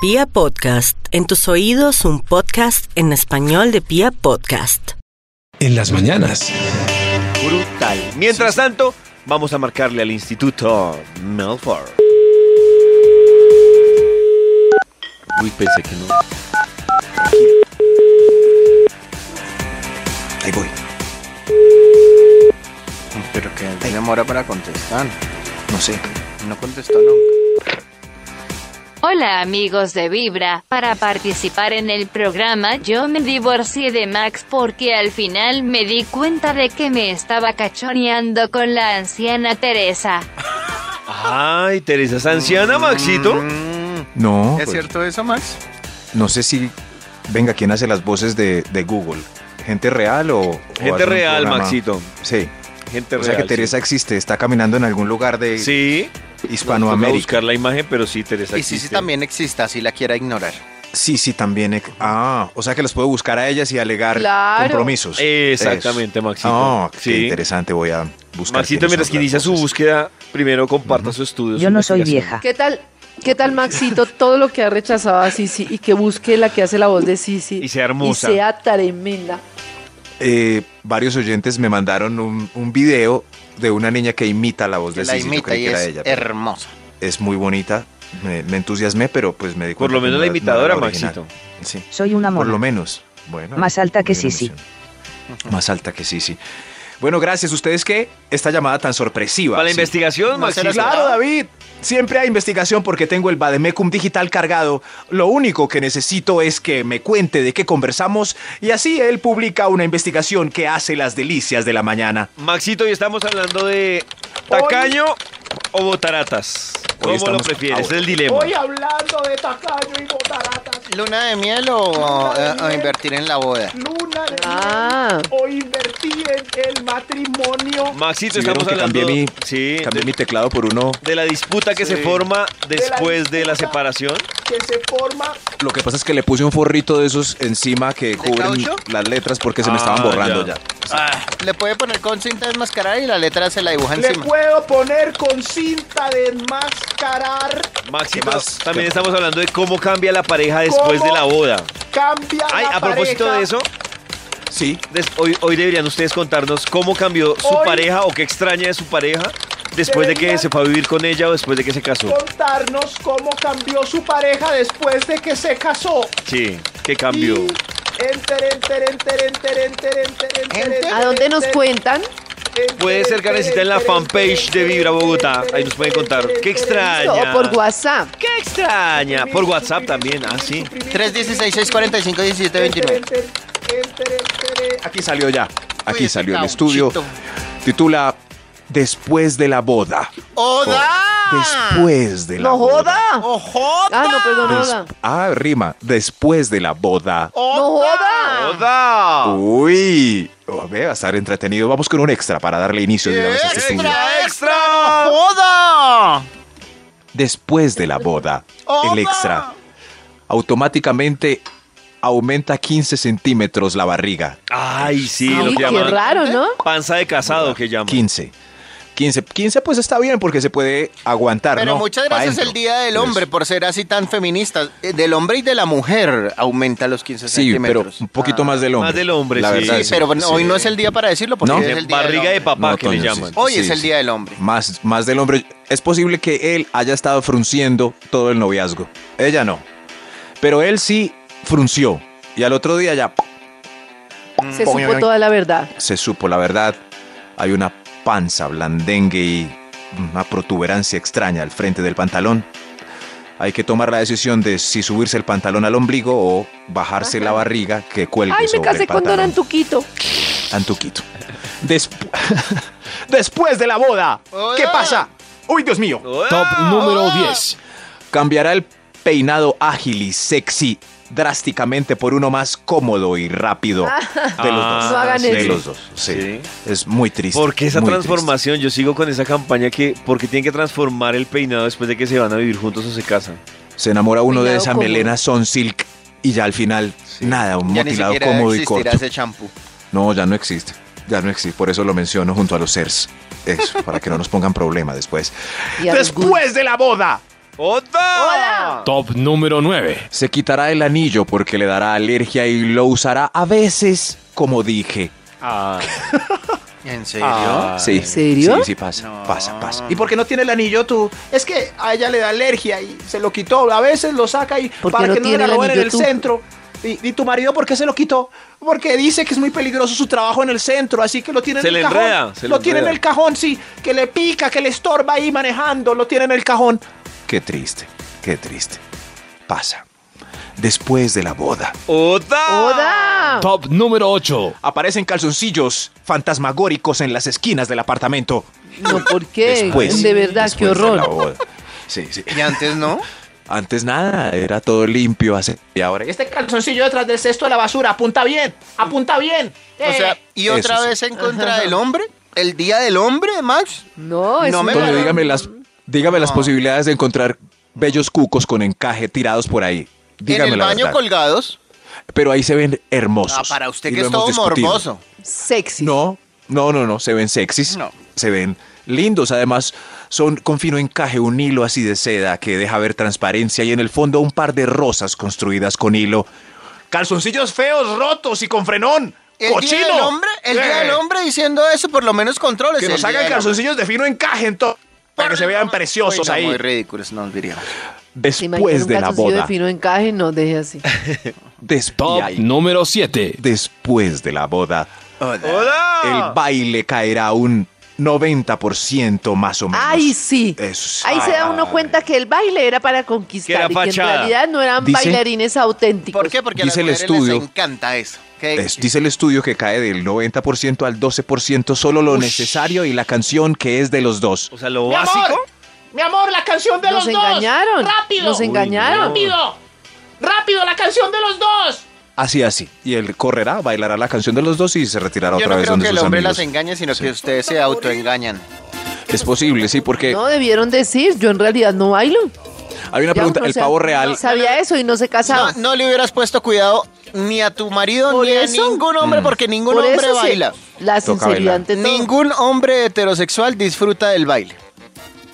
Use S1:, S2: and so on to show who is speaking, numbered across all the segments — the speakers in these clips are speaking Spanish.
S1: Pia Podcast, en tus oídos un podcast en español de Pia Podcast.
S2: en las mañanas.
S3: Brutal. Mientras tanto, vamos a marcarle al Instituto Melford. Uy, pensé que no.
S4: Ahí voy.
S5: Pero que se demora para contestar.
S4: No sé.
S5: No contestó nunca.
S6: Hola amigos de Vibra, para participar en el programa yo me divorcié de Max porque al final me di cuenta de que me estaba cachoneando con la anciana Teresa.
S3: Ay, Teresa es anciana, Maxito.
S5: Mm,
S4: No.
S5: ¿Es
S4: pues,
S5: cierto eso, Max?
S4: No sé si. Venga, ¿quién hace las voces de, de Google? ¿Gente real o.? o hace
S3: Gente
S4: un
S3: real,
S4: programa?
S3: Maxito.
S4: Sí.
S3: Gente
S4: o
S3: real.
S4: sea que
S3: sí.
S4: Teresa existe, está caminando en algún lugar de
S3: Sí, Nos toca
S4: Hispanoamérica.
S3: buscar la imagen, pero sí, Teresa.
S5: Y sí, sí,
S3: existe.
S5: también exista, si la quiera ignorar.
S4: Sí, sí, también. ex- Ah, o sea que los puedo buscar a ellas y alegar
S7: Claro.
S4: compromisos.
S3: Exactamente, Maxito.
S4: Ah, Pues, qué
S3: sí.
S4: interesante, voy a buscar.
S3: Maxito,
S4: quiénes
S3: mientras
S4: son
S3: que
S4: las
S3: inicia su
S4: voces.
S3: búsqueda, primero comparta su estudio.
S8: Yo
S3: su
S8: no soy vieja.
S3: investigación.
S7: ¿Qué tal? ¿Qué tal, Maxito? Todo lo que ha rechazado a Sisi y que busque la que hace la voz de Sisi.
S3: Y sea hermosa.
S7: Y sea tremenda.
S4: Eh, varios oyentes me mandaron un, un video de una niña que imita la voz
S5: Que
S4: de
S5: la
S4: Sisi. yo
S5: imita
S4: creí
S5: y
S4: que era
S5: es
S4: ella, pero-
S5: hermosa.
S4: es muy bonita. Me, me entusiasmé, pero pues me di
S3: Por
S4: cuenta
S3: lo
S4: que
S3: menos
S4: no
S3: la
S4: era- no era
S3: imitadora,
S4: original.
S3: Maxito.
S4: Sí,
S8: Soy una
S4: por lo
S8: mona.
S4: menos. Bueno.
S8: Más alta que
S4: muy bien
S8: Sisi.
S4: emocionante. Más alta que Sisi. Bueno, gracias. ¿Ustedes qué? Esta llamada tan sorpresiva.
S3: Para la
S4: sí.
S3: investigación,
S5: No se
S3: Maxito.
S5: las-
S4: Claro, David. Siempre hay investigación porque tengo el Bademecum digital cargado. Lo único que necesito es que me cuente de qué conversamos y así él publica una investigación que hace las delicias de la mañana.
S3: Maxito, hoy estamos hablando de tacaño o botaratas. ¿Cómo
S4: estamos-
S3: lo prefieres?
S4: ahora.
S3: es el dilema.
S9: hablando de tacaño y botaratas,
S5: ¿Luna de miel o, eh,
S9: Luna de
S5: o
S9: miel.
S5: invertir en la boda?
S9: luna de
S7: Ah.
S9: miel, o invertí en el matrimonio
S3: Maxito,
S4: Si vieron
S3: estamos
S4: que
S3: hablando
S4: cambié mi-
S3: sí,
S4: Cambié
S3: de,
S4: mi teclado por uno.
S3: de la disputa que
S5: Sí.
S3: se forma después de la,
S9: disputa.
S3: separación.
S9: que se forma
S4: Lo que pasa es que le puse un forrito de esos encima que cubren
S5: caucho?
S4: las letras porque se me
S3: Ah,
S4: estaban borrando
S3: ya. Ah,
S4: ya.
S5: Le puede poner con cinta desmascarada y la letra se la dibuja
S9: le
S5: encima.
S9: puedo poner con cinta de enmascarar,
S3: Maxito,
S4: ¿Qué más?
S3: también
S4: ¿Qué?
S3: estamos hablando de cómo cambia la pareja después de
S9: ¿Cómo?
S3: la boda.
S9: cambia
S3: Ay,
S9: la
S3: a propósito
S9: pareja.
S3: de eso,
S4: Sí.
S3: des- hoy, hoy deberían ustedes contarnos cómo cambió su
S9: Hoy-
S3: pareja o qué extraña de su pareja después de que
S9: Deberían-
S3: se fue a vivir con ella o después de que se casó.
S9: contarnos cómo cambió su pareja después de que se casó.
S3: Sí, qué cambió.
S9: Y enteren, teren, teren, teren, teren, teren,
S5: Gente,
S9: teren,
S7: ¿A dónde nos
S9: teren,
S7: cuentan?
S9: teren,
S3: Puede ser que
S9: teren,
S3: necesiten la
S9: teren,
S3: fanpage de
S9: teren,
S3: Vibra
S9: teren,
S3: Bogotá.
S9: teren,
S3: Ahí nos pueden
S9: teren,
S3: contar.
S9: teren,
S3: ¡Qué
S9: teren,
S4: Ah,
S3: extraño!
S7: O por WhatsApp.
S3: ¡Qué extraña! Por WhatsApp también, ah, sí.
S5: 316-645-1729.
S4: Aquí salió ya. Aquí
S5: Uy,
S4: salió el
S5: cauchito.
S4: estudio. Titula Después de la boda.
S5: ¡Oda!
S4: Después de la
S7: ¡No
S4: boda.
S7: joda!
S5: ¡Ojo!
S7: Ah, no, perdón, no joda.
S4: Ah, rima. Después de la boda.
S7: ¡No joda!
S5: Ah.
S3: ¡Oda!
S4: Uy. Oh, ve, va a estar entretenido. Vamos con un extra para darle inicio de una vez a este estudio.
S5: ¡Extra,
S3: ¡Extra!
S5: extra! ¡Oda!
S4: Después de la boda, el extra automáticamente aumenta 15 centímetros la barriga.
S3: Ay, sí, lo
S7: Ay,
S3: que
S7: qué
S3: llaman
S7: raro, ¿no?
S4: Mm.
S3: panza de casado que llaman.
S4: 15. 15, 15 pues está bien porque se puede aguantar.
S5: Pero
S4: ¿no? Pues,
S5: muchas
S4: Pa'
S5: gracias el
S4: dentro.
S5: Día del Hombre pues,
S4: Eso.
S5: por ser así tan feminista. Eh, Del hombre y de la mujer aumenta los 15
S4: Sí, pero
S5: centímetros.
S4: un poquito
S5: Ah.
S4: más del hombre.
S3: Más del hombre,
S4: la
S3: sí.
S4: Verdad,
S5: Sí, pero bueno, hoy no es el día para decirlo porque
S4: ¿No?
S5: hoy es el día
S3: Barriga de
S5: del hombre.
S3: papá
S4: No,
S3: que le
S4: Toño, sí.
S3: llaman.
S5: Hoy
S4: Sí,
S5: es el
S4: sí.
S5: Día del Hombre.
S4: Más, más del hombre. Es posible que él haya estado frunciendo todo el noviazgo. Ella no. Pero él sí frunció. Y al otro día ya Mm.
S7: Se supo toda la verdad.
S4: se supo la verdad. Hay una panza blandengue y una protuberancia extraña al frente del pantalón. Hay que tomar la decisión de si subirse el pantalón al ombligo o bajarse la barriga que cuelga
S7: Ay, me
S4: sobre
S7: casé
S4: el
S7: con Don
S4: pantalón.
S7: Antuquito.
S4: Antuquito. Despu- Después de la boda, ¿qué
S5: Hola.
S4: pasa? ¡Uy, Dios mío!
S3: Top
S4: Ah,
S9: Número 10.
S4: Cambiará el peinado ágil y sexy drásticamente por uno más cómodo y rápido Oh, de los dos.
S3: Ah,
S7: No hagan
S4: de
S7: eso.
S4: los dos, sí.
S3: Sí.
S4: Es muy triste.
S3: Porque esa
S4: muy triste.
S3: transformación, yo sigo con esa campaña que porque tienen que transformar el peinado después de que se van a vivir juntos o se casan.
S4: Se enamora uno de
S7: Peinado
S4: esa
S7: cómodo.
S4: melena son silk y ya al final nada, un
S5: Ya ni
S4: motilado
S5: siquiera
S4: cómodo y
S5: existirá
S4: corto.
S5: ese champú.
S4: No, ya no existe. Ya no existe, por eso lo menciono junto a los SERS. Eso, para que no nos pongan problema después.
S7: Y a los
S4: Después de la boda,
S3: ¡Otra!
S8: Top número 9.
S4: Se quitará el anillo porque le dará alergia y lo usará a veces, como dije.
S5: ¿En serio?
S9: Ah,
S4: Sí.
S7: serio?
S4: Sí, sí, pasa, pasa, pasa. ¿Y por qué no tiene el anillo tú?
S9: Es que a ella le da alergia y se lo quitó. A veces lo saca y
S7: ¿Por qué
S9: para
S7: no
S9: que no
S7: tiene
S9: le
S7: el
S9: roben en
S7: anillo
S9: el
S7: tú?
S9: centro. Y, y tu marido por qué se lo quitó? Porque dice que es muy peligroso su trabajo en el centro, así que lo tiene
S3: Se
S9: en
S3: le
S9: el cajón.
S3: enreda, se le
S9: lo tiene en
S3: enreda.
S9: el cajón, sí, que le pica, que le estorba ahí manejando, lo tiene en el cajón.
S4: Qué triste, qué triste. Pasa. Después de la boda.
S3: ¡Otra!
S4: Ah.
S7: ¡Oda!
S8: Top número 8.
S4: Aparecen calzoncillos fantasmagóricos en las esquinas del apartamento.
S7: No, ¿por qué?
S4: Después.
S7: de verdad, qué
S4: después de la
S7: horror.
S4: boda. Sí, sí.
S5: ¿Y antes no?
S4: Antes nada, era todo limpio hace. Y ahora
S9: Este calzoncillo detrás del cesto de la basura, apunta bien, apunta bien.
S5: O sea,
S9: Eh,
S5: ¿y otra
S4: Eso sí.
S5: vez en contra del hombre? ¿El día del hombre, Max?
S7: No, es
S5: No me
S7: un-
S4: Toño, dígame las, dígame las
S5: No.
S4: posibilidades de encontrar bellos cucos con encaje tirados por ahí. Dígame
S5: en el
S4: la
S5: baño
S4: verdad.
S5: colgados.
S4: Pero ahí se ven hermosos.
S5: Ah, para usted
S4: y
S5: que
S4: lo
S5: es
S4: hemos
S5: todo
S4: discutido.
S5: morboso.
S7: sexy.
S4: No, no, no, no, se ven sexys.
S5: No.
S4: Se ven lindos. Además, son con fino encaje, un hilo así de seda que deja ver transparencia y en el fondo un par de rosas construidas con hilo. Calzoncillos feos, rotos y con frenón.
S5: El
S4: ¡Cochino!
S5: día del hombre, el día
S4: ¡Eh!
S5: del hombre diciendo eso, por lo menos controles.
S4: Que nos hagan calzoncillos de fino encaje, entonces, para que se vean preciosos ahí.
S5: Pues Muy ridículos, no diríamos.
S7: ¿Se imaginan
S4: Después
S7: un
S4: de la
S7: calzoncillo
S4: boda.
S7: de fino encaje? No, deje así.
S4: Des-
S8: Top
S4: y ahí,
S8: número 7.
S4: Después de la boda,
S3: ¡Otra!
S4: el baile caerá un 90% más o menos.
S7: Ahí sí.
S4: Eso sí.
S7: Ahí se da uno cuenta que el baile era para conquistar
S3: Que era
S7: y que en
S3: fachada.
S7: realidad no eran
S4: Dice-
S7: bailarines auténticos.
S5: ¿Por qué? Porque
S4: Dice
S5: a
S4: el
S5: las mujeres
S4: estudio-
S5: les encanta eso. Que-
S4: Es- dice el estudio que cae del 90% al 12%, solo lo necesario y la canción que es de los dos.
S3: O sea, lo
S9: Mi amor,
S3: básico.
S9: mi amor, la canción de
S7: Nos
S9: los dos.
S7: engañaron,
S9: Rápido.
S7: nos engañaron.
S9: Rápido. Rápido, la canción de los dos.
S4: Así, así. Y él correrá, bailará la canción de los dos y se retirará
S5: Yo
S4: otra
S5: no
S4: vez
S5: creo
S4: donde
S5: que el
S4: sus
S5: hombre
S4: amigos.
S5: las engañe, sino que ustedes se autoengañan.
S4: Es posible, sí, porque
S7: No debieron decir, yo en realidad no bailo.
S4: hay una
S7: Ya
S4: pregunta,
S7: uno, o
S4: el
S7: sea,
S4: pavo real,
S7: Sabía eso y no se
S5: No,
S7: casaba.
S5: no le hubieras puesto cuidado ni a tu marido
S7: ¿Por
S5: ni a
S7: eso?
S5: ningún
S4: Mm.
S5: hombre, porque ningún
S7: Por
S5: hombre
S7: eso se-
S5: baila.
S7: la
S4: Toca
S7: sinceridad
S4: bailar.
S7: ante todo.
S5: Ningún hombre heterosexual disfruta del baile.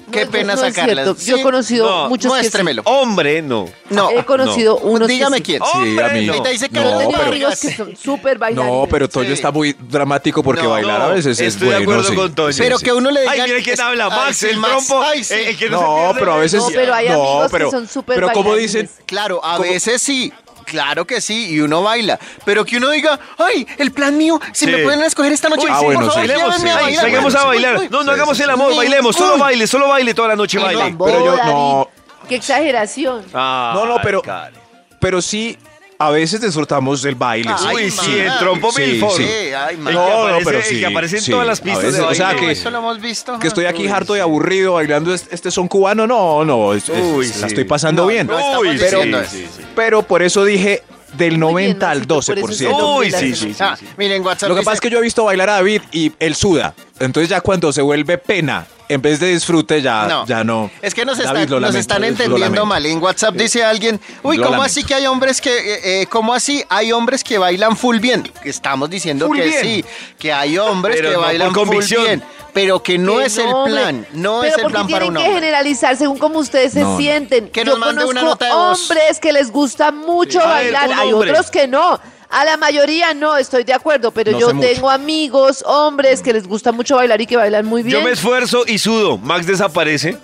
S7: No,
S5: Qué
S7: no,
S5: pena
S7: no es
S5: sacarlas.
S7: cierto. Yo he
S5: Sí,
S7: conocido
S3: no,
S7: muchos que sí.
S5: muéstremelo.
S3: Hombre, no.
S5: No.
S7: He conocido unos que
S5: Dígame
S7: sí.
S5: quién.
S4: Sí,
S3: Hombre,
S4: amigo.
S3: no.
S5: Ahorita dice que
S4: No,
S5: no,
S7: Yo tengo
S4: pero-
S7: amigos que son súper bailarines.
S4: No, pero Toño
S5: Sí.
S4: está muy dramático porque
S5: No,
S4: bailar a
S3: no,
S4: veces es
S3: estoy de
S4: bueno,
S3: acuerdo
S4: sí.
S3: con Toño.
S4: Sí,
S5: Pero
S4: sí.
S5: que uno le diga.
S3: Ay, mire quién
S5: es-
S3: habla,
S5: ay,
S3: Max,
S5: sí,
S3: el
S5: Max,
S3: trompo.
S5: ay, sí.
S4: Eh,
S3: el- el que no,
S4: No,
S3: se pierde
S4: pero a
S3: el-
S4: veces-
S7: No, pero hay
S4: No,
S7: amigos
S4: pero-
S7: que son súper
S4: pero como
S7: bailarines.
S4: dicen-
S5: Claro, a
S4: ¿Cómo?
S5: veces sí. Claro que sí, y uno baila. Pero que uno diga, ay, el plan mío, si
S3: Sí.
S5: me pueden escoger esta noche,
S4: Uy, ah,
S5: por
S4: bueno,
S5: favor,
S4: sí.
S3: Bailemos,
S5: llévenme a
S3: ay,
S5: bailar.
S3: salgamos a
S5: Uy,
S3: bailar.
S5: uy,
S3: No, no
S5: uy.
S3: hagamos el amor,
S5: Sí,
S3: bailemos. Solo
S5: uy.
S3: baile, solo baile toda la noche
S7: Ay,
S3: baile.
S7: no,
S4: pero yo-
S7: David,
S4: no.
S7: Qué exageración.
S3: Ah,
S4: No, no, pero,
S3: Karen.
S4: pero sí, a veces disfrutamos del baile.
S5: Ah,
S4: sí.
S3: Uy,
S5: Ay,
S3: sí,
S5: ma.
S3: el trompo
S4: Sí,
S3: Milford.
S4: sí.
S5: Sí,
S3: El
S5: ay,
S3: que
S5: Max.
S4: No, no,
S3: aparece,
S4: pero
S3: el que
S4: sí,
S3: aparece en
S4: sí.
S3: todas las
S4: A
S3: pistas
S4: veces,
S3: de
S4: o sea,
S3: baile.
S4: que-
S5: eso lo hemos visto.
S4: Que estoy aquí
S5: Uy,
S4: harto y
S5: sí.
S4: aburrido bailando es- este son cubano. No, no, es- es-
S3: Uy, sí.
S4: la estoy pasando
S5: No,
S4: bien.
S5: no estamos
S3: Uy,
S4: pero,
S5: diciendo eso.
S3: sí, sí, sí.
S4: pero por eso dije del
S7: Muy
S4: 90
S7: bien,
S4: al
S7: Maxito, por eso es
S4: 12%.
S7: el
S3: Uy,
S7: hombre de la
S3: sí,
S7: noche.
S3: sí, sí.
S5: Ah, miren, WhatsApp.
S4: Lo que
S5: dice-
S4: pasa es que yo he visto bailar a David y él suda. Entonces ya cuando se vuelve pena, en vez de disfrute, ya no. Ya no.
S5: Es que nos,
S4: David,
S5: están-
S4: lo
S5: nos
S4: lamento,
S5: están
S4: lo
S5: entendiendo
S4: lamento.
S5: mal. En WhatsApp dice alguien, uy,
S4: Lo
S5: ¿cómo
S4: lamento.
S5: así que hay hombres que, eh, eh, cómo así hay hombres que bailan full bien? Estamos diciendo
S4: Full
S5: que
S4: bien.
S5: sí, que hay hombres
S3: Pero
S5: que
S3: no por
S5: bailan full
S3: convicción.
S5: bien, pero que no
S7: Que
S5: es el
S7: hombre.
S5: plan, no
S7: Pero
S5: es el
S7: porque
S5: plan para
S7: tienen
S5: un
S7: que
S5: hombre.
S7: generalizar según como ustedes se
S4: No, no.
S7: sienten.
S5: Que
S7: Yo
S5: nos mande
S7: conozco
S5: una nota de voz.
S7: hombres que les gusta mucho
S3: A ver,
S7: bailar,
S3: un
S7: hay
S3: hombre.
S7: otros que no. A la mayoría no, estoy de acuerdo, pero
S4: No
S7: yo
S4: sé mucho.
S7: tengo amigos, hombres que les gusta mucho bailar y que bailan muy bien.
S3: Yo me esfuerzo y sudo. Max desaparece.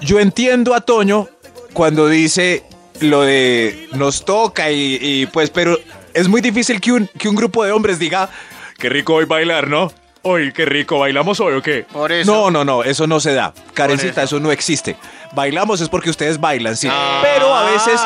S4: Yo entiendo a Toño cuando dice lo de nos toca y, y pues, pero es muy difícil que un, que un grupo de hombres diga, qué rico hoy bailar, ¿no? Hoy, qué rico, ¿bailamos hoy o qué?
S5: Por eso.
S4: No, no, no, eso no se da. Karencita, eso. no existe. Bailamos es porque ustedes bailan, sí.
S5: Ah.
S4: pero a veces,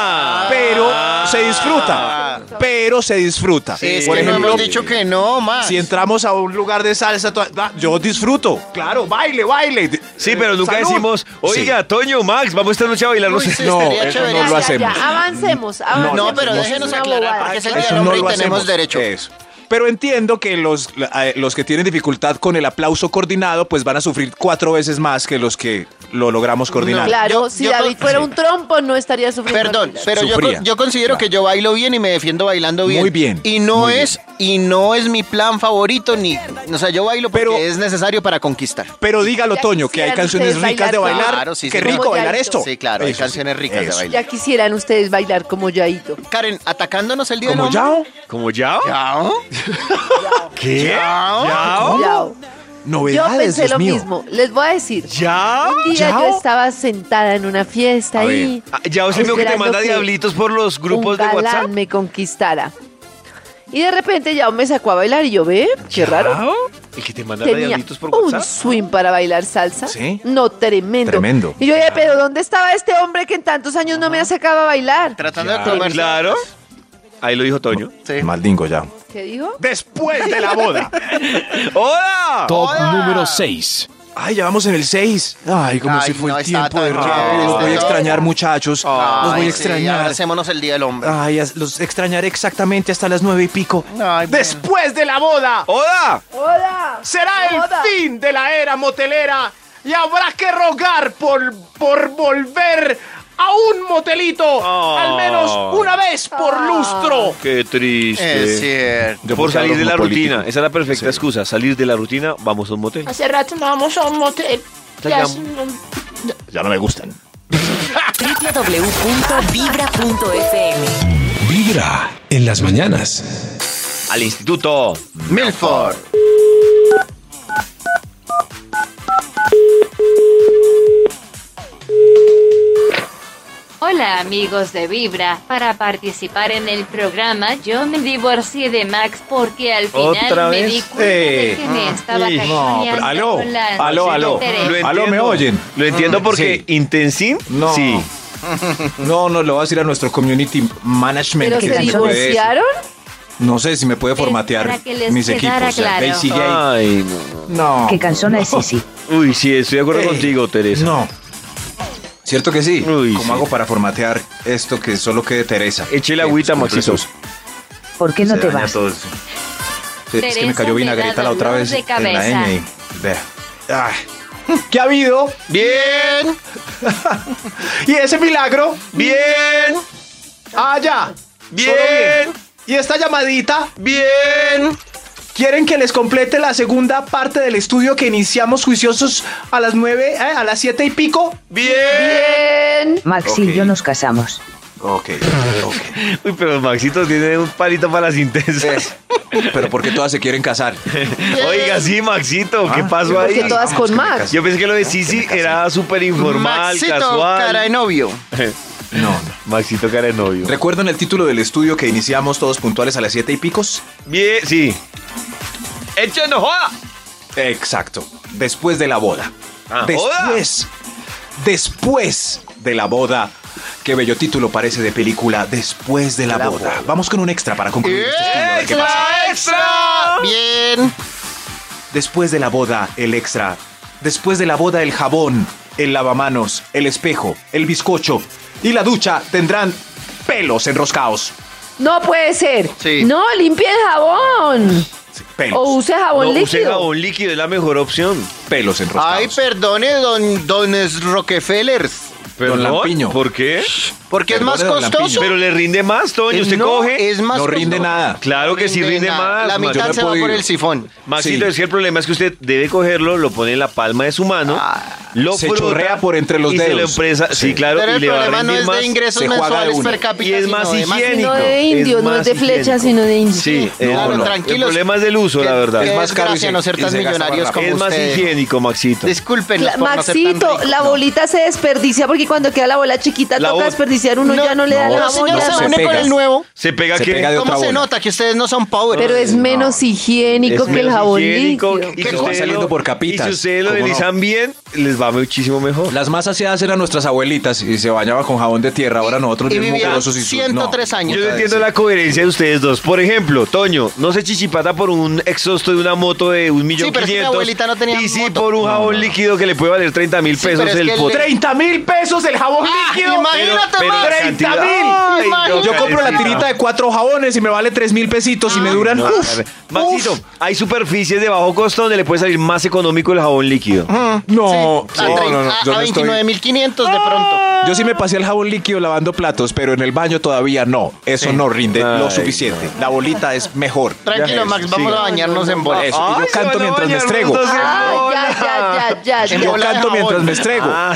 S4: pero se disfruta. Pero se disfruta.
S5: Ah. es
S4: Por
S5: que no
S4: ejemplo,
S5: hemos dicho que no, más.
S4: si entramos a un lugar de salsa, to- ah, yo disfruto. Claro, baile, baile.
S3: Sí, pero nunca
S4: Salud.
S3: decimos, oiga,
S4: Sí.
S3: Toño, Max, vamos esta noche a bailar. No
S5: Uy,
S3: sé.
S5: sí,
S4: no,
S5: estaría
S4: eso
S5: chévere.
S4: no
S7: Ya,
S4: lo
S7: ya, ya,
S4: hacemos.
S7: Avancemos, avancemos.
S5: No, pero
S7: porque
S5: déjenos
S7: es una
S5: aclarar,
S7: bobada.
S5: porque es el
S4: Eso
S5: día del
S4: no
S5: hombre y
S4: lo
S5: tenemos
S4: hacemos.
S5: derecho.
S4: Eso. Pero entiendo que los, eh, los que tienen dificultad con el aplauso coordinado, pues van a sufrir cuatro veces más que los que lo logramos coordinar.
S7: Claro,
S5: Yo-
S7: si
S5: yo
S7: David
S5: con-
S7: fuera un trompo no estaría sufriendo.
S5: Perdón,
S7: alquiler.
S5: pero yo,
S4: Sufría.
S5: con- yo considero que yo bailo bien y me defiendo bailando bien.
S4: Muy bien,
S5: Y no
S4: muy
S5: es y no es mi plan favorito ni o sea, yo bailo porque
S4: Pero-
S5: es necesario para conconquistar.
S4: Pero dígalo,
S7: Ya
S4: Toño, que hay
S7: quisieran
S4: canciones
S7: ustedes
S4: ricas de
S7: bailar
S4: bailar.
S5: Claro, sí,
S4: Qué
S5: sí,
S4: rico
S7: como
S4: bailar
S7: Yaito.
S4: esto.
S5: Sí, claro, hay
S4: Eso,
S5: canciones ricas de
S4: eso.
S5: bailar.
S7: Ya quisieran ustedes bailar como Yaito.
S5: Karen, atacándonos el día
S4: ¿Como
S5: del hombre.
S4: Yao?
S3: ¿Como Yao?
S5: ¿Yao?
S3: ¿Qué?
S5: ¿Yao?
S7: Yao.
S3: Pues
S7: Yo
S4: Novedades,
S7: pensé
S4: Dios
S7: lo
S4: mío.
S7: mismo. Les voy a decir.
S3: ¿Yao?
S7: Un día
S4: ¿Yao?
S7: yo estaba sentada en una fiesta
S4: A ver,
S7: ahí.
S3: Ah, Yao se vio que te
S7: esperando
S3: manda
S7: que
S3: diablitos por los grupos
S7: un
S3: de
S7: galán
S3: WhatsApp.
S7: me conquistara. Y de repente Yao me sacó a bailar y yo, ve, qué raro.
S3: El que te manda
S7: Tenía
S3: diablitos por
S7: un
S3: WhatsApp.
S7: swing para bailar salsa.
S4: Sí.
S7: No, tremendo.
S4: Tremendo.
S7: Y yo, "Oye, pero ¿dónde estaba este hombre que en tantos años no me sacaba a bailar?
S5: Tratando de comer.
S3: Claro. Ahí lo dijo Toño.
S5: Sí.
S4: Maldingo ya.
S7: ¿Qué dijo?
S4: Después de la boda.
S3: ¡Hola!
S8: Top número 6.
S4: Ay, ya vamos en el 6. Ay, como
S5: Ay,
S4: si fue
S5: no,
S4: el
S5: está
S4: tiempo de
S5: tan
S4: rápido.
S5: chévere
S4: Los
S5: este
S4: voy a
S5: tema.
S4: extrañar, muchachos. los voy a
S5: Ay, sí,
S4: extrañar.
S5: abracémonos el día del hombre.
S4: Ay, as- los extrañaré exactamente hasta las nueve y pico.
S5: Ay, bueno.
S9: Después de la boda,
S3: ¡Hola!
S7: ¡Hola!
S9: será el
S7: Boda.
S9: fin de la era motelera y habrá que rogar por, por volver a un motelito
S3: Oh.
S9: al menos una vez por
S4: Oh.
S9: lustro.
S3: ¡Qué
S4: este. Eh,
S3: triste!
S5: Es cierto.
S4: Yo
S3: por
S4: pensaba
S3: salir de
S4: como
S3: la
S4: político.
S3: rutina. Esa es la perfecta excusa. Salir de la rutina, vamos a un motel.
S10: Hace rato no vamos a un motel. Ya
S3: Salgamos.
S10: es un-
S4: Ya no me gustan.
S1: www.vibra.fm
S2: Vibra en las mañanas.
S3: Al instituto.
S5: Milford.
S6: Hola amigos de Vibra, para participar en el programa yo me divorcié de Max porque al
S3: ¿Otra
S6: final me
S3: vez?
S6: di cuenta de que me estaba
S4: Ah,
S6: cachoneando
S4: no, pero aló,
S6: con la
S4: aló,
S6: noche
S4: aló.
S6: de interés.
S4: Lo Aló, ¿me oyen?
S3: Lo entiendo
S4: Mm,
S3: porque
S4: sí.
S3: Intensin.
S4: No.
S3: Sí.
S4: No, no, lo voy a decir a nuestro community management.
S7: ¿Pero
S4: que
S7: se
S4: si me puede-
S7: divorciaron?
S4: No sé si me puede
S6: para
S4: formatear
S6: que les
S4: mis equipos.
S6: quedara
S4: o sea,
S6: claro.
S4: ve y sigue ahí.
S3: Ay, no.
S4: No.
S1: ¿Qué canción es Sisi?
S3: Uy, sí, estoy de acuerdo
S4: Ey,
S3: contigo, Teresa.
S4: No. ¿Cierto que sí?
S3: Uy,
S4: ¿Cómo
S3: sí.
S4: hago para formatear esto que solo quede Teresa?
S3: Eche la
S4: Que,
S3: agüita,
S4: pues,
S3: Maxito.
S4: cumple sus-
S1: ¿Por qué no
S4: se
S1: te
S4: daña
S1: vas?
S4: todo eso. Sí, es que me
S6: Teresa
S4: cayó
S6: me da
S4: vinagreta la otra
S6: dolor
S4: vez
S6: de
S4: en la
S6: cabeza.
S4: ñ. Vea. Ah,
S9: ¿Qué ha habido?
S5: Bien.
S9: ¿Y ese milagro?
S3: Bien.
S9: Ah, ya.
S3: Bien.
S9: Solo bien. ¿Y esta llamadita?
S3: Bien.
S9: ¿Quieren que les complete la segunda parte del estudio que iniciamos juiciosos a las nueve, eh, a las siete y pico?
S3: Bien.
S1: Max
S4: Ok.
S1: y yo nos casamos.
S4: Ok, ok.
S3: Uy, pero Maxito tiene un palito para las intensas.
S4: Pero ¿por qué todas se quieren casar?
S3: Oiga, sí, Maxito, ¿qué
S4: Ah,
S3: pasó ahí?
S7: Porque todas con Max.
S3: Yo pensé que lo de Sisi era súper informal,
S5: Maxito,
S3: casual.
S5: cara de novio.
S4: No, no.
S3: Maxito cara de novio.
S4: ¿Recuerdan el título del estudio que iniciamos todos puntuales a las siete y picos?
S3: Bien, sí. ¡Échenos joda!
S4: Exacto. Después de la boda.
S3: Ah,
S4: después. Después de la boda. Qué bello título parece de película. Después de la, boda. Vamos con un extra para concluir. este estudio, a ver qué pasa. Ah.
S3: ¡Extra!
S5: Bien.
S4: Pues Después de la boda, el extra. Después de la boda, el jabón, el lavamanos, el espejo, el bizcocho y la ducha tendrán pelos enroscados.
S7: No puede ser.
S5: Sí.
S7: No, limpie el jabón.
S4: Sí, Pelos.
S7: O use jabón
S3: No, use
S7: líquido.
S3: jabón líquido, es la mejor opción.
S4: Pelos enroscados.
S5: Ay, perdone, don, dones Rockefellers.
S3: Pero
S4: Don Lampiño.
S3: ¿Por qué?
S5: Porque
S4: Perdone,
S5: es más
S4: don
S5: costoso.
S4: Lampiño.
S3: Pero le rinde más, Toño.
S5: Eh,
S3: Usted
S5: no,
S3: coge.
S5: es más
S4: no rinde
S5: costoso.
S4: nada.
S3: Claro que sí rinde
S5: nada.
S3: más.
S5: La
S3: Max.
S5: mitad
S4: no he
S5: se va
S4: podido.
S5: por el sifón.
S3: Maxito,
S4: Sí.
S3: es que el problema es que usted debe cogerlo, lo pone en la palma de su mano, lo
S4: Ah, Se
S3: frota
S4: chorrea por entre los
S3: y se lo
S4: dedos.
S3: empresa, sí,
S4: Sí.
S3: claro,
S5: Pero
S3: y
S5: el
S3: le va a
S5: problema
S3: rendir
S5: no es
S3: más.
S5: de ingresos
S4: se juega de
S5: mensuales
S4: una.
S5: per cápita.
S3: y es
S5: sino
S3: más
S5: de
S3: higiénico.
S7: Sino de indio, no es de flecha,
S3: flechas,
S7: sino de indio.
S3: Sí,
S5: No,
S3: eh, no.
S5: claro,
S3: el
S5: tranquilos.
S3: problema es del uso, la
S5: Que-
S3: verdad.
S5: que
S4: Es más caro y
S5: desgracia
S4: se-
S5: no ser
S4: y
S5: tan
S4: se gasta más
S5: millonarios
S4: rápido.
S5: como
S3: Es más
S5: ustedes.
S3: higiénico, Maxito.
S5: Disculpen.
S7: Cla- Maxito, la bolita se desperdicia porque cuando queda la bola chiquita
S3: La
S7: toca
S3: bo-
S7: desperdiciar uno ya no le da
S4: no,
S7: la
S5: No,
S7: bola.
S5: señor,
S4: no,
S5: se
S4: se
S5: une con
S4: pega.
S5: el nuevo.
S3: ¿Se pega
S4: Se
S3: que
S4: pega de otra
S5: ¿Cómo se
S4: bola.
S5: nota que ustedes no son power?
S7: Pero es menos higiénico que el jabón líquido.
S3: Y
S5: Que
S3: si
S5: va
S3: ustedes
S4: saliendo
S3: lo-
S4: por capitas,
S3: Y si ustedes lo
S4: ¿cómo no?
S3: deslizan bien, les va muchísimo mejor.
S4: Las más aseadas eran nuestras abuelitas y se bañaban con jabón de tierra. Ahora nosotros
S5: y
S4: mismos
S5: vivían
S4: golosos y sus-
S5: 103 años.
S3: Yo no
S4: puta
S3: entiendo
S4: de-
S3: la coherencia de ustedes dos. Por ejemplo, Toño, no se chichipata por un exhausto de una moto de un millón
S5: Sí, pero es que mi
S3: quinientos,
S5: abuelita no tenía
S3: Y sí
S5: moto.
S3: por un jabón líquido que le puede valer 30 mil
S5: Sí,
S3: pesos
S5: pero es
S3: el
S5: que
S3: pote.
S5: le-
S9: ¡30 mil pesos el jabón
S5: Ah,
S9: líquido!
S5: imagínate,
S3: Pero- pero
S5: Max.
S3: la
S9: 30
S3: cantidad-
S9: mil.
S5: Ay, no,
S4: Yo compro la
S3: Karencita.
S4: tirita de cuatro jabones y me vale tres mil pesitos y me duran.
S3: No,
S4: uf,
S3: a ver. Maxito, hay superficies de bajo costo donde le puede salir más económico el jabón líquido.
S4: Mm. no,
S5: a
S4: no,
S5: trein-
S4: no, no,
S5: a-
S4: yo
S5: a
S4: no estoy-
S5: 29.500 de
S7: Ah.
S5: pronto.
S4: Yo sí me pasé el jabón líquido lavando platos, pero en el baño todavía no. Eso no rinde lo
S3: Ay,
S4: suficiente. La bolita es mejor.
S5: Tranquilo, Max, vamos a bañarnos en bola.
S4: Eso, y yo canto mientras me estrego.
S7: Ay, ya, ya, ya, ya.
S5: En
S4: Yo
S5: bola de
S4: canto
S5: jabón.
S4: mientras me estrego.
S3: Ah.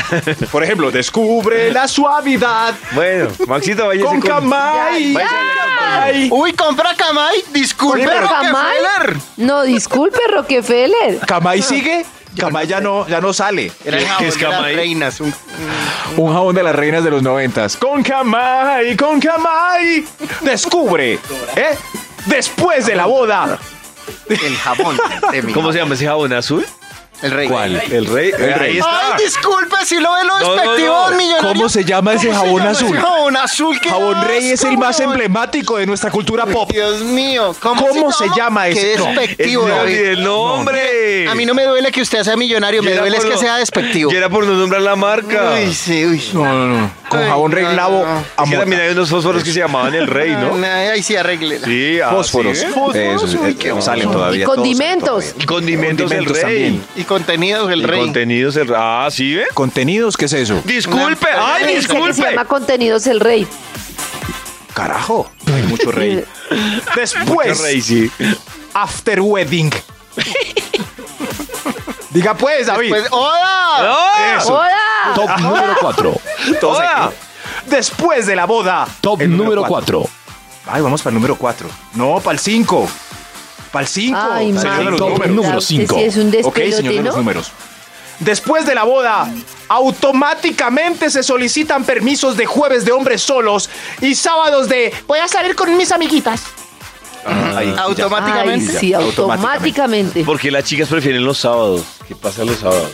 S4: Por ejemplo, descubre la suavidad
S3: Bueno, Maxito, váyase
S4: con Camay.
S3: váyase
S4: Camay.
S5: Uy, compra Camay, disculpe,
S7: Pero Camay.
S5: Rockefeller.
S7: No, disculpe, Rockefeller.
S4: Camay sigue. Camay ya no, ya no sale.
S5: Era el
S3: ¿Qué es
S5: jabón de las
S3: Camay?
S5: reinas, un-
S4: Un jabón de las reinas de los noventas. Con Camay, con Camay. Descubre. ¿eh? Después de la boda.
S5: el jabón de mi-
S3: ¿Cómo se llama ese jabón azul?
S5: El rey.
S4: El rey. El
S3: Ahí
S4: rey.
S3: está.
S5: Ay, disculpe si lo ve lo
S3: No, no,
S5: despectivo,
S3: no.
S5: don millonario.
S4: ¿Cómo se llama ese
S5: ¿Cómo se
S4: jabón
S5: llama ese
S4: azul?
S5: Jabón azul. qué
S4: Jabón Rey es el
S5: asco,
S4: más
S5: don.
S4: emblemático de nuestra cultura pop.
S5: Dios mío,
S4: ¿Cómo se llama
S5: Qué
S4: ese? No,
S5: despectivo,
S3: Es- no,
S5: David.
S3: ni el nombre.
S5: A mí no me duele que usted sea millonario,
S3: Y
S5: me
S3: era
S5: duele es
S3: por
S5: que
S3: no-
S5: sea despectivo.
S3: Y era por no nombrar la marca.
S5: Uy,
S3: Es
S5: sí, uy.
S4: No, no, no. Con
S5: Ay,
S4: jabón rey
S5: no,
S4: lavo
S5: no.
S4: a
S3: que
S4: mota.
S3: también hay unos fósforos que se llamaban el rey, ¿no?
S5: Ay, ay, sí, arreglela.
S3: Sí, ah,
S4: Fósforos.
S3: ¿sí?
S4: Eso,
S5: uy, qué
S4: eh, salen
S5: bueno.
S4: todavía.
S7: Y
S4: todos salen
S7: condimentos.
S4: todavía.
S3: Y condimentos del
S4: Condimentos
S3: rey.
S4: también.
S5: Y contenidos del
S3: Y
S5: rey.
S3: contenidos del rey. Ah, ¿sí ve?
S4: ¿Contenidos? ¿Qué es eso?
S3: Disculpe. Ay,
S5: Una-
S7: Dice que Se
S3: disculpe.
S7: llama Contenidos el Rey.
S4: Carajo. Hay mucho rey.
S3: Mucho
S4: Después,
S3: rey, sí.
S4: after wedding. Diga pues, David.
S5: Pues, ¡Hola!
S3: ¡Ah!
S4: Eso.
S7: ¡Hola!
S8: Top número 4.
S4: Todos
S3: Hola.
S4: aquí. eh, Después de la boda.
S8: Top
S4: El
S8: número
S4: cuatro.
S8: 4.
S4: Ay, vamos para el número 4. No, para el 5. Para el 5.
S7: Ay,
S8: Señor de los
S7: Max,
S8: números.
S7: ya
S8: Número
S7: usted
S8: cinco.
S7: sí es un
S4: Ok, señor
S7: despelote,
S4: de los
S7: ¿no?
S4: números. Después de la boda, automáticamente se solicitan permisos de jueves de hombres solos y sábados de voy a salir con mis amiguitas. Ah,
S7: Ay,
S5: Automáticamente.
S7: sí, automáticamente.
S3: Porque las chicas prefieren los sábados. ¿Qué pasa los sábados?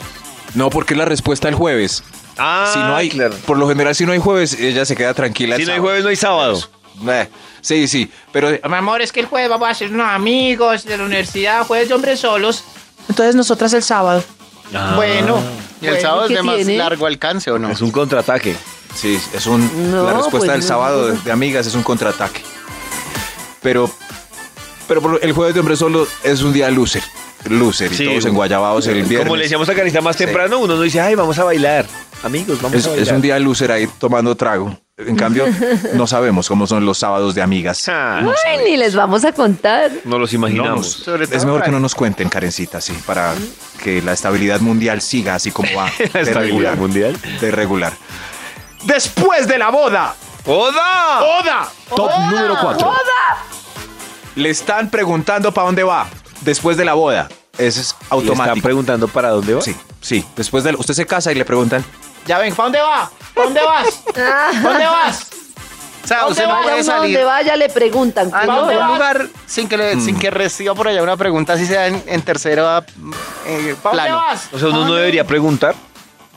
S4: No, porque es la respuesta el jueves.
S3: Ah,
S4: si no hay,
S3: claro.
S4: por lo general, si no hay jueves, ella se queda tranquila.
S3: Si
S4: el
S3: no hay
S4: sábado.
S3: jueves, no hay sábado.
S4: Eh, sí, sí, pero
S9: Mi amor, es que el jueves vamos a ser unos amigos de la universidad, jueves de hombres solos. Entonces nosotras el sábado. Bueno.
S5: Y el sábado es
S7: ¿qué
S5: de más
S7: tiene?
S5: largo alcance, ¿o no?
S3: Es un contraataque.
S4: Sí, es un,
S7: No,
S4: la
S7: pues
S4: respuesta del
S7: no.
S4: sábado de, de amigas es un contraataque. Pero, pero por- el jueves de hombre solo es un día loser. Loser
S3: Sí.
S4: y todos enguayabados el viernes.
S3: Como le decíamos a Carita más
S4: Sí.
S3: temprano, uno no dice, ay, vamos a bailar. Amigos, vamos
S4: es,
S3: a
S4: es
S3: bailar.
S4: un día loser ahí tomando trago. En cambio, no sabemos cómo son los sábados de amigas.
S3: Ah,
S7: Ay, ni les vamos a contar.
S3: no los imaginamos.
S5: Sobre todo
S4: es mejor
S5: para-
S4: que no nos cuenten, Karencita, sí, para que la estabilidad mundial siga así como va.
S3: La estabilidad
S4: de regular,
S3: mundial.
S4: De regular. Después de la boda,
S3: ¡Oda!
S4: boda,
S8: Top número 4.
S4: le están preguntando para dónde va después de la boda. Eso es
S3: Le están
S4: automático.
S3: preguntando para dónde va.
S4: Sí, sí. Después de usted se casa y le preguntan.
S9: Ya ven, ¿para dónde va? ¿Para dónde vas? ¿Dónde vas?
S5: O sea,
S9: ¿Dónde
S5: usted no
S9: va?
S5: puede
S9: ¿Dónde
S7: Uno
S5: salir Ah,
S7: donde vaya le preguntan.
S5: a
S7: ¿cómo
S5: ningún
S7: va?
S5: lugar sin que,
S4: Mm.
S5: le- sin que reciba por allá una pregunta, así sea en, en tercera eh,
S9: ¿Para dónde
S5: plano.
S9: vas?
S3: O sea, uno no debería preguntar.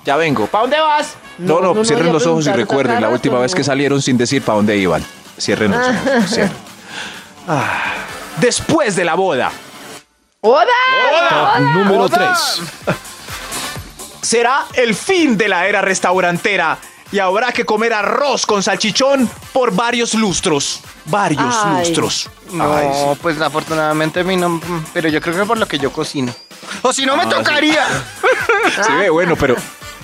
S4: Ya vengo.
S9: ¿Para dónde vas?
S4: No, no,
S7: no, no,
S4: cierren
S7: ya
S4: los ojos y
S7: preguntaron
S4: recuerden
S7: cada
S4: la última
S7: rato,
S4: vez
S7: no.
S4: que salieron sin decir para dónde iban. Cierren los ojos. cierren. Ah. Después de la boda,
S7: ¡Hola!
S8: Top número 3.
S4: será el fin de la era restaurantera y habrá que comer arroz con salchichón por varios lustros. Varios
S7: Ay.
S4: lustros.
S5: No, pues afortunadamente a mí no, pero yo creo que por lo que yo cocino. O si
S4: Ah,
S5: no me tocaría.
S4: Se
S7: Ah.
S4: ve bueno, pero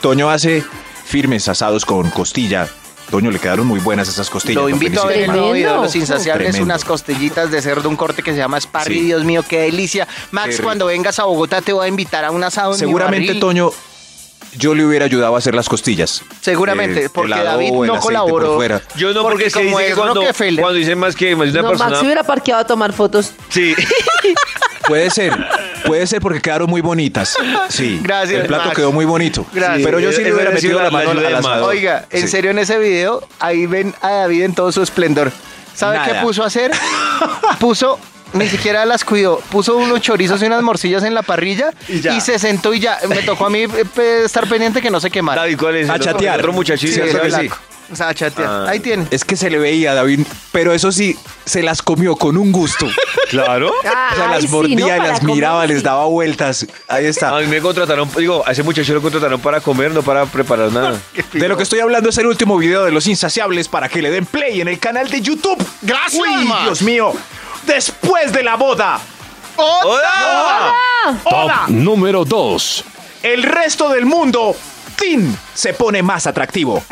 S4: Toño hace firmes asados con costilla. Toño, le quedaron muy buenas esas costillas.
S5: Lo
S4: don
S5: invito a ver el
S4: Felicito.
S5: nuevo
S7: Tremendo.
S5: video de Los Insaciables,
S4: Tremendo.
S5: unas costillitas de cerdo, un corte que se llama Sparry.
S4: Sí.
S5: Dios mío, qué delicia.
S4: Qué
S5: Max,
S4: rico.
S5: cuando vengas a Bogotá te voy a invitar a un asado. en mi
S4: Seguramente,
S5: barril.
S4: Toño, yo le hubiera ayudado a hacer las costillas.
S5: Seguramente,
S4: Eh,
S5: porque
S4: el adobo,
S5: David
S4: el
S5: no
S4: aceite
S5: colaboró.
S4: por fuera.
S3: Yo no, porque,
S5: Porque
S3: se
S5: como
S3: dice
S5: es
S3: que cuando,
S5: Rockefeller.
S3: cuando dicen más que más de una
S7: No, Max se
S3: persona.
S7: hubiera parqueado a tomar fotos.
S3: Sí.
S4: Puede ser, puede ser porque quedaron muy bonitas. Sí,
S5: Gracias,
S4: el plato
S5: Max.
S4: quedó muy bonito.
S5: Gracias.
S4: Pero yo sí le
S3: Eso
S4: hubiera
S3: hubiera sido
S4: metido
S3: la- la
S4: la mano al
S3: ayuda de
S4: asador.
S3: Max.
S5: Oiga, en
S4: Sí.
S5: serio, en ese video, ahí ven a David en todo su esplendor. ¿Sabe
S4: Nada.
S5: qué puso a hacer? Puso, ni siquiera las cuidó, puso unos chorizos y unas morcillas en la parrilla y,
S3: ya.
S5: se sentó y ya. Me tocó a mí eh, pe- estar pendiente que no se quemara.
S3: David, ¿cuál es?
S4: A
S3: El otro-
S4: chatear.
S3: el Otro muchachito.
S5: Sí,
S3: ¿cierto
S5: el
S3: que sí?
S5: blanco. O sea, a chatear.
S4: Ah.
S5: Ahí tiene.
S4: Es que se le veía a David, pero eso sí, se las comió con un gusto.
S3: Claro.
S4: O sea,
S7: Ay,
S4: las
S7: sí,
S4: mordía,
S7: ¿no? Para
S4: las
S7: comer,
S4: miraba,
S7: sí.
S4: les daba vueltas. Ahí está.
S3: A mí me contrataron, digo, a ese muchacho lo contrataron para comer, no para preparar nada.
S4: De lo que estoy hablando es el último video de Los Insaciables para que le den play en el canal de YouTube.
S9: Gracias,
S4: Uy,
S9: Max.
S4: Dios mío. Después de la boda.
S3: ¡Hola!
S8: Top
S9: Hola,
S8: número 2.
S4: El resto del mundo, Tim, se pone más atractivo.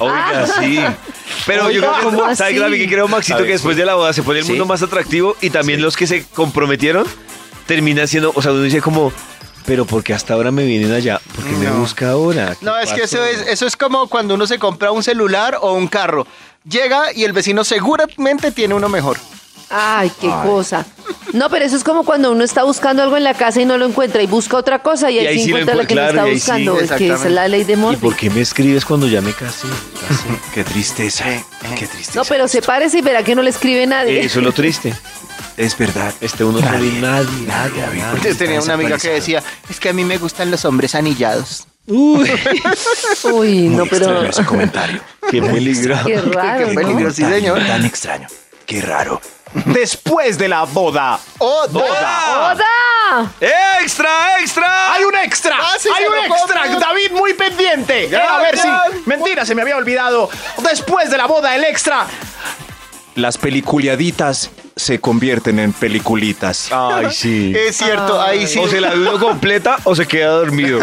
S3: Oiga, sí. Pero yo
S7: Oiga,
S3: creo que,
S7: ¿cómo
S3: ¿sabe,
S7: así?
S3: Gaby, que creo, Maxito,
S4: A ver,
S3: que después de la boda se pone el
S4: Sí.
S3: mundo más atractivo y también los que se comprometieron terminan siendo, o sea, uno dice como, pero porque hasta ahora me vienen allá? porque me busca ahora? ¿Qué
S5: No, es que
S3: pasó?"
S5: eso es, eso es como cuando uno se compra un celular o un carro. Llega y el vecino seguramente tiene uno mejor.
S7: Ay, qué cosa. No, pero eso es como cuando uno está buscando algo en la casa y no lo encuentra y busca otra cosa y,
S3: Y
S7: ahí,
S3: ahí
S7: sí
S3: sí lo
S7: encuentra la que no
S3: encuentra, claro,
S7: está
S3: y ahí sí,
S7: buscando. es que esa es la ley de
S3: ¿Y
S7: Morphy.
S3: por qué me escribes cuando ya me casé? Casé.
S4: Qué tristeza. Qué tristeza.
S7: No, pero sepárese y verá que no le escribe nadie.
S3: Eh, Eso es lo triste.
S4: Es verdad.
S3: Este uno no ve nadie, nadie, nadie.
S5: Yo tenía una amiga que decía, es que a mí me gustan los hombres anillados.
S7: Uy, no, pero.
S4: extraño ese comentario.
S3: Qué peligro.
S7: Qué raro,
S5: Qué
S7: ¿no?
S5: peligro, sí, señor.
S4: Tan extraño. Qué raro. Después de la boda.
S5: ¡Oh,
S7: ¡Oda!
S3: ¡Extra, extra!
S9: Hay un extra,
S5: Ah, sí,
S9: hay
S5: se
S9: un
S5: lo
S9: extra,
S5: compro.
S9: David muy pendiente. Era a ver si. Mentira, se me había olvidado. Después de la boda, el extra.
S4: Las peliculiaditas se convierten en peliculitas.
S3: Ay, sí.
S5: Es cierto, ahí sí.
S3: Ah, O se la dudo completa o se queda dormido.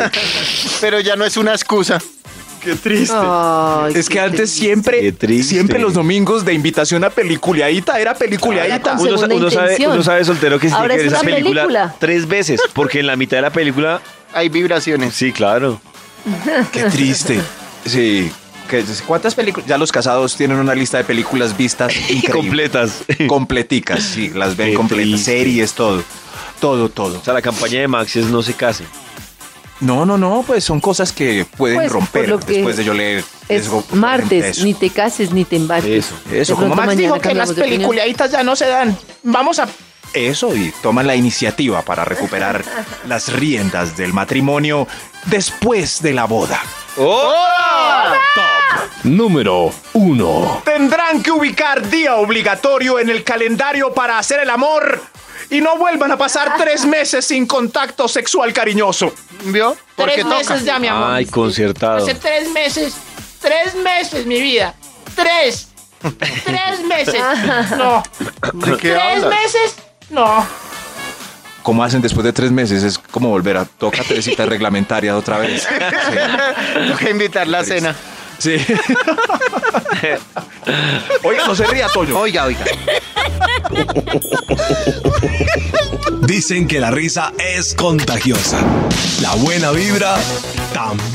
S5: Pero ya no es una excusa.
S3: Eh,
S7: Ay,
S4: Es que
S7: qué
S4: antes
S7: triste.
S3: Qué
S4: siempre,
S3: triste.
S4: siempre los domingos de invitación a peliculiadita era
S7: Era
S4: peliculiadita.
S7: con
S3: Uno, sa-
S7: segunda
S3: uno sabe,
S7: intención.
S3: uno sabe soltero que se
S7: Ahora
S3: tiene que ver
S7: es
S3: esa
S7: una
S3: película,
S7: película.
S3: tres veces, porque en la mitad de la película,
S5: Hay vibraciones.
S3: sí, claro.
S4: Qué triste. Sí. que- ¿Cuántas películas? Ya los casados tienen una lista de películas vistas increíble.
S3: Completas.
S4: completicas, sí, las ven
S3: Qué
S4: completas.
S3: triste.
S4: Series, todo. Todo, todo.
S3: O sea, la campaña de Max es no se case.
S4: No, no, no, pues son cosas que pueden
S7: Pues, por
S4: romper
S7: lo que
S4: después de yo leer.
S7: Es
S4: eso,
S7: martes,
S4: eso.
S7: ni te cases ni te embarques.
S3: Eso,
S7: De
S4: eso,
S7: pronto
S4: como Max
S7: mañana
S9: Dijo que
S7: cambiamos
S9: las
S7: de opinión.
S9: peliculiaditas ya no se dan. Vamos a.
S4: Eso, y toman la iniciativa para recuperar las riendas del matrimonio después de la boda.
S8: Número 1.
S9: Tendrán que ubicar día obligatorio en el calendario para hacer el amor. Y no vuelvan a pasar tres meses sin contacto sexual cariñoso.
S5: ¿Vio? Porque
S10: Tres
S5: toca.
S10: meses ya, mi amor.
S3: Ay, concertado.
S10: Hace tres meses. Tres meses, mi vida. Tres. Tres meses. No. Tres meses. No.
S4: ¿Cómo hacen después de tres meses? Es como volver a toca Teresita reglamentaria otra vez.
S5: Toca invitar la cena.
S4: Sí. sí. Oiga, no se ría, Toño.
S5: Oiga, oiga.
S2: Dicen que la risa es contagiosa. La buena vibra también.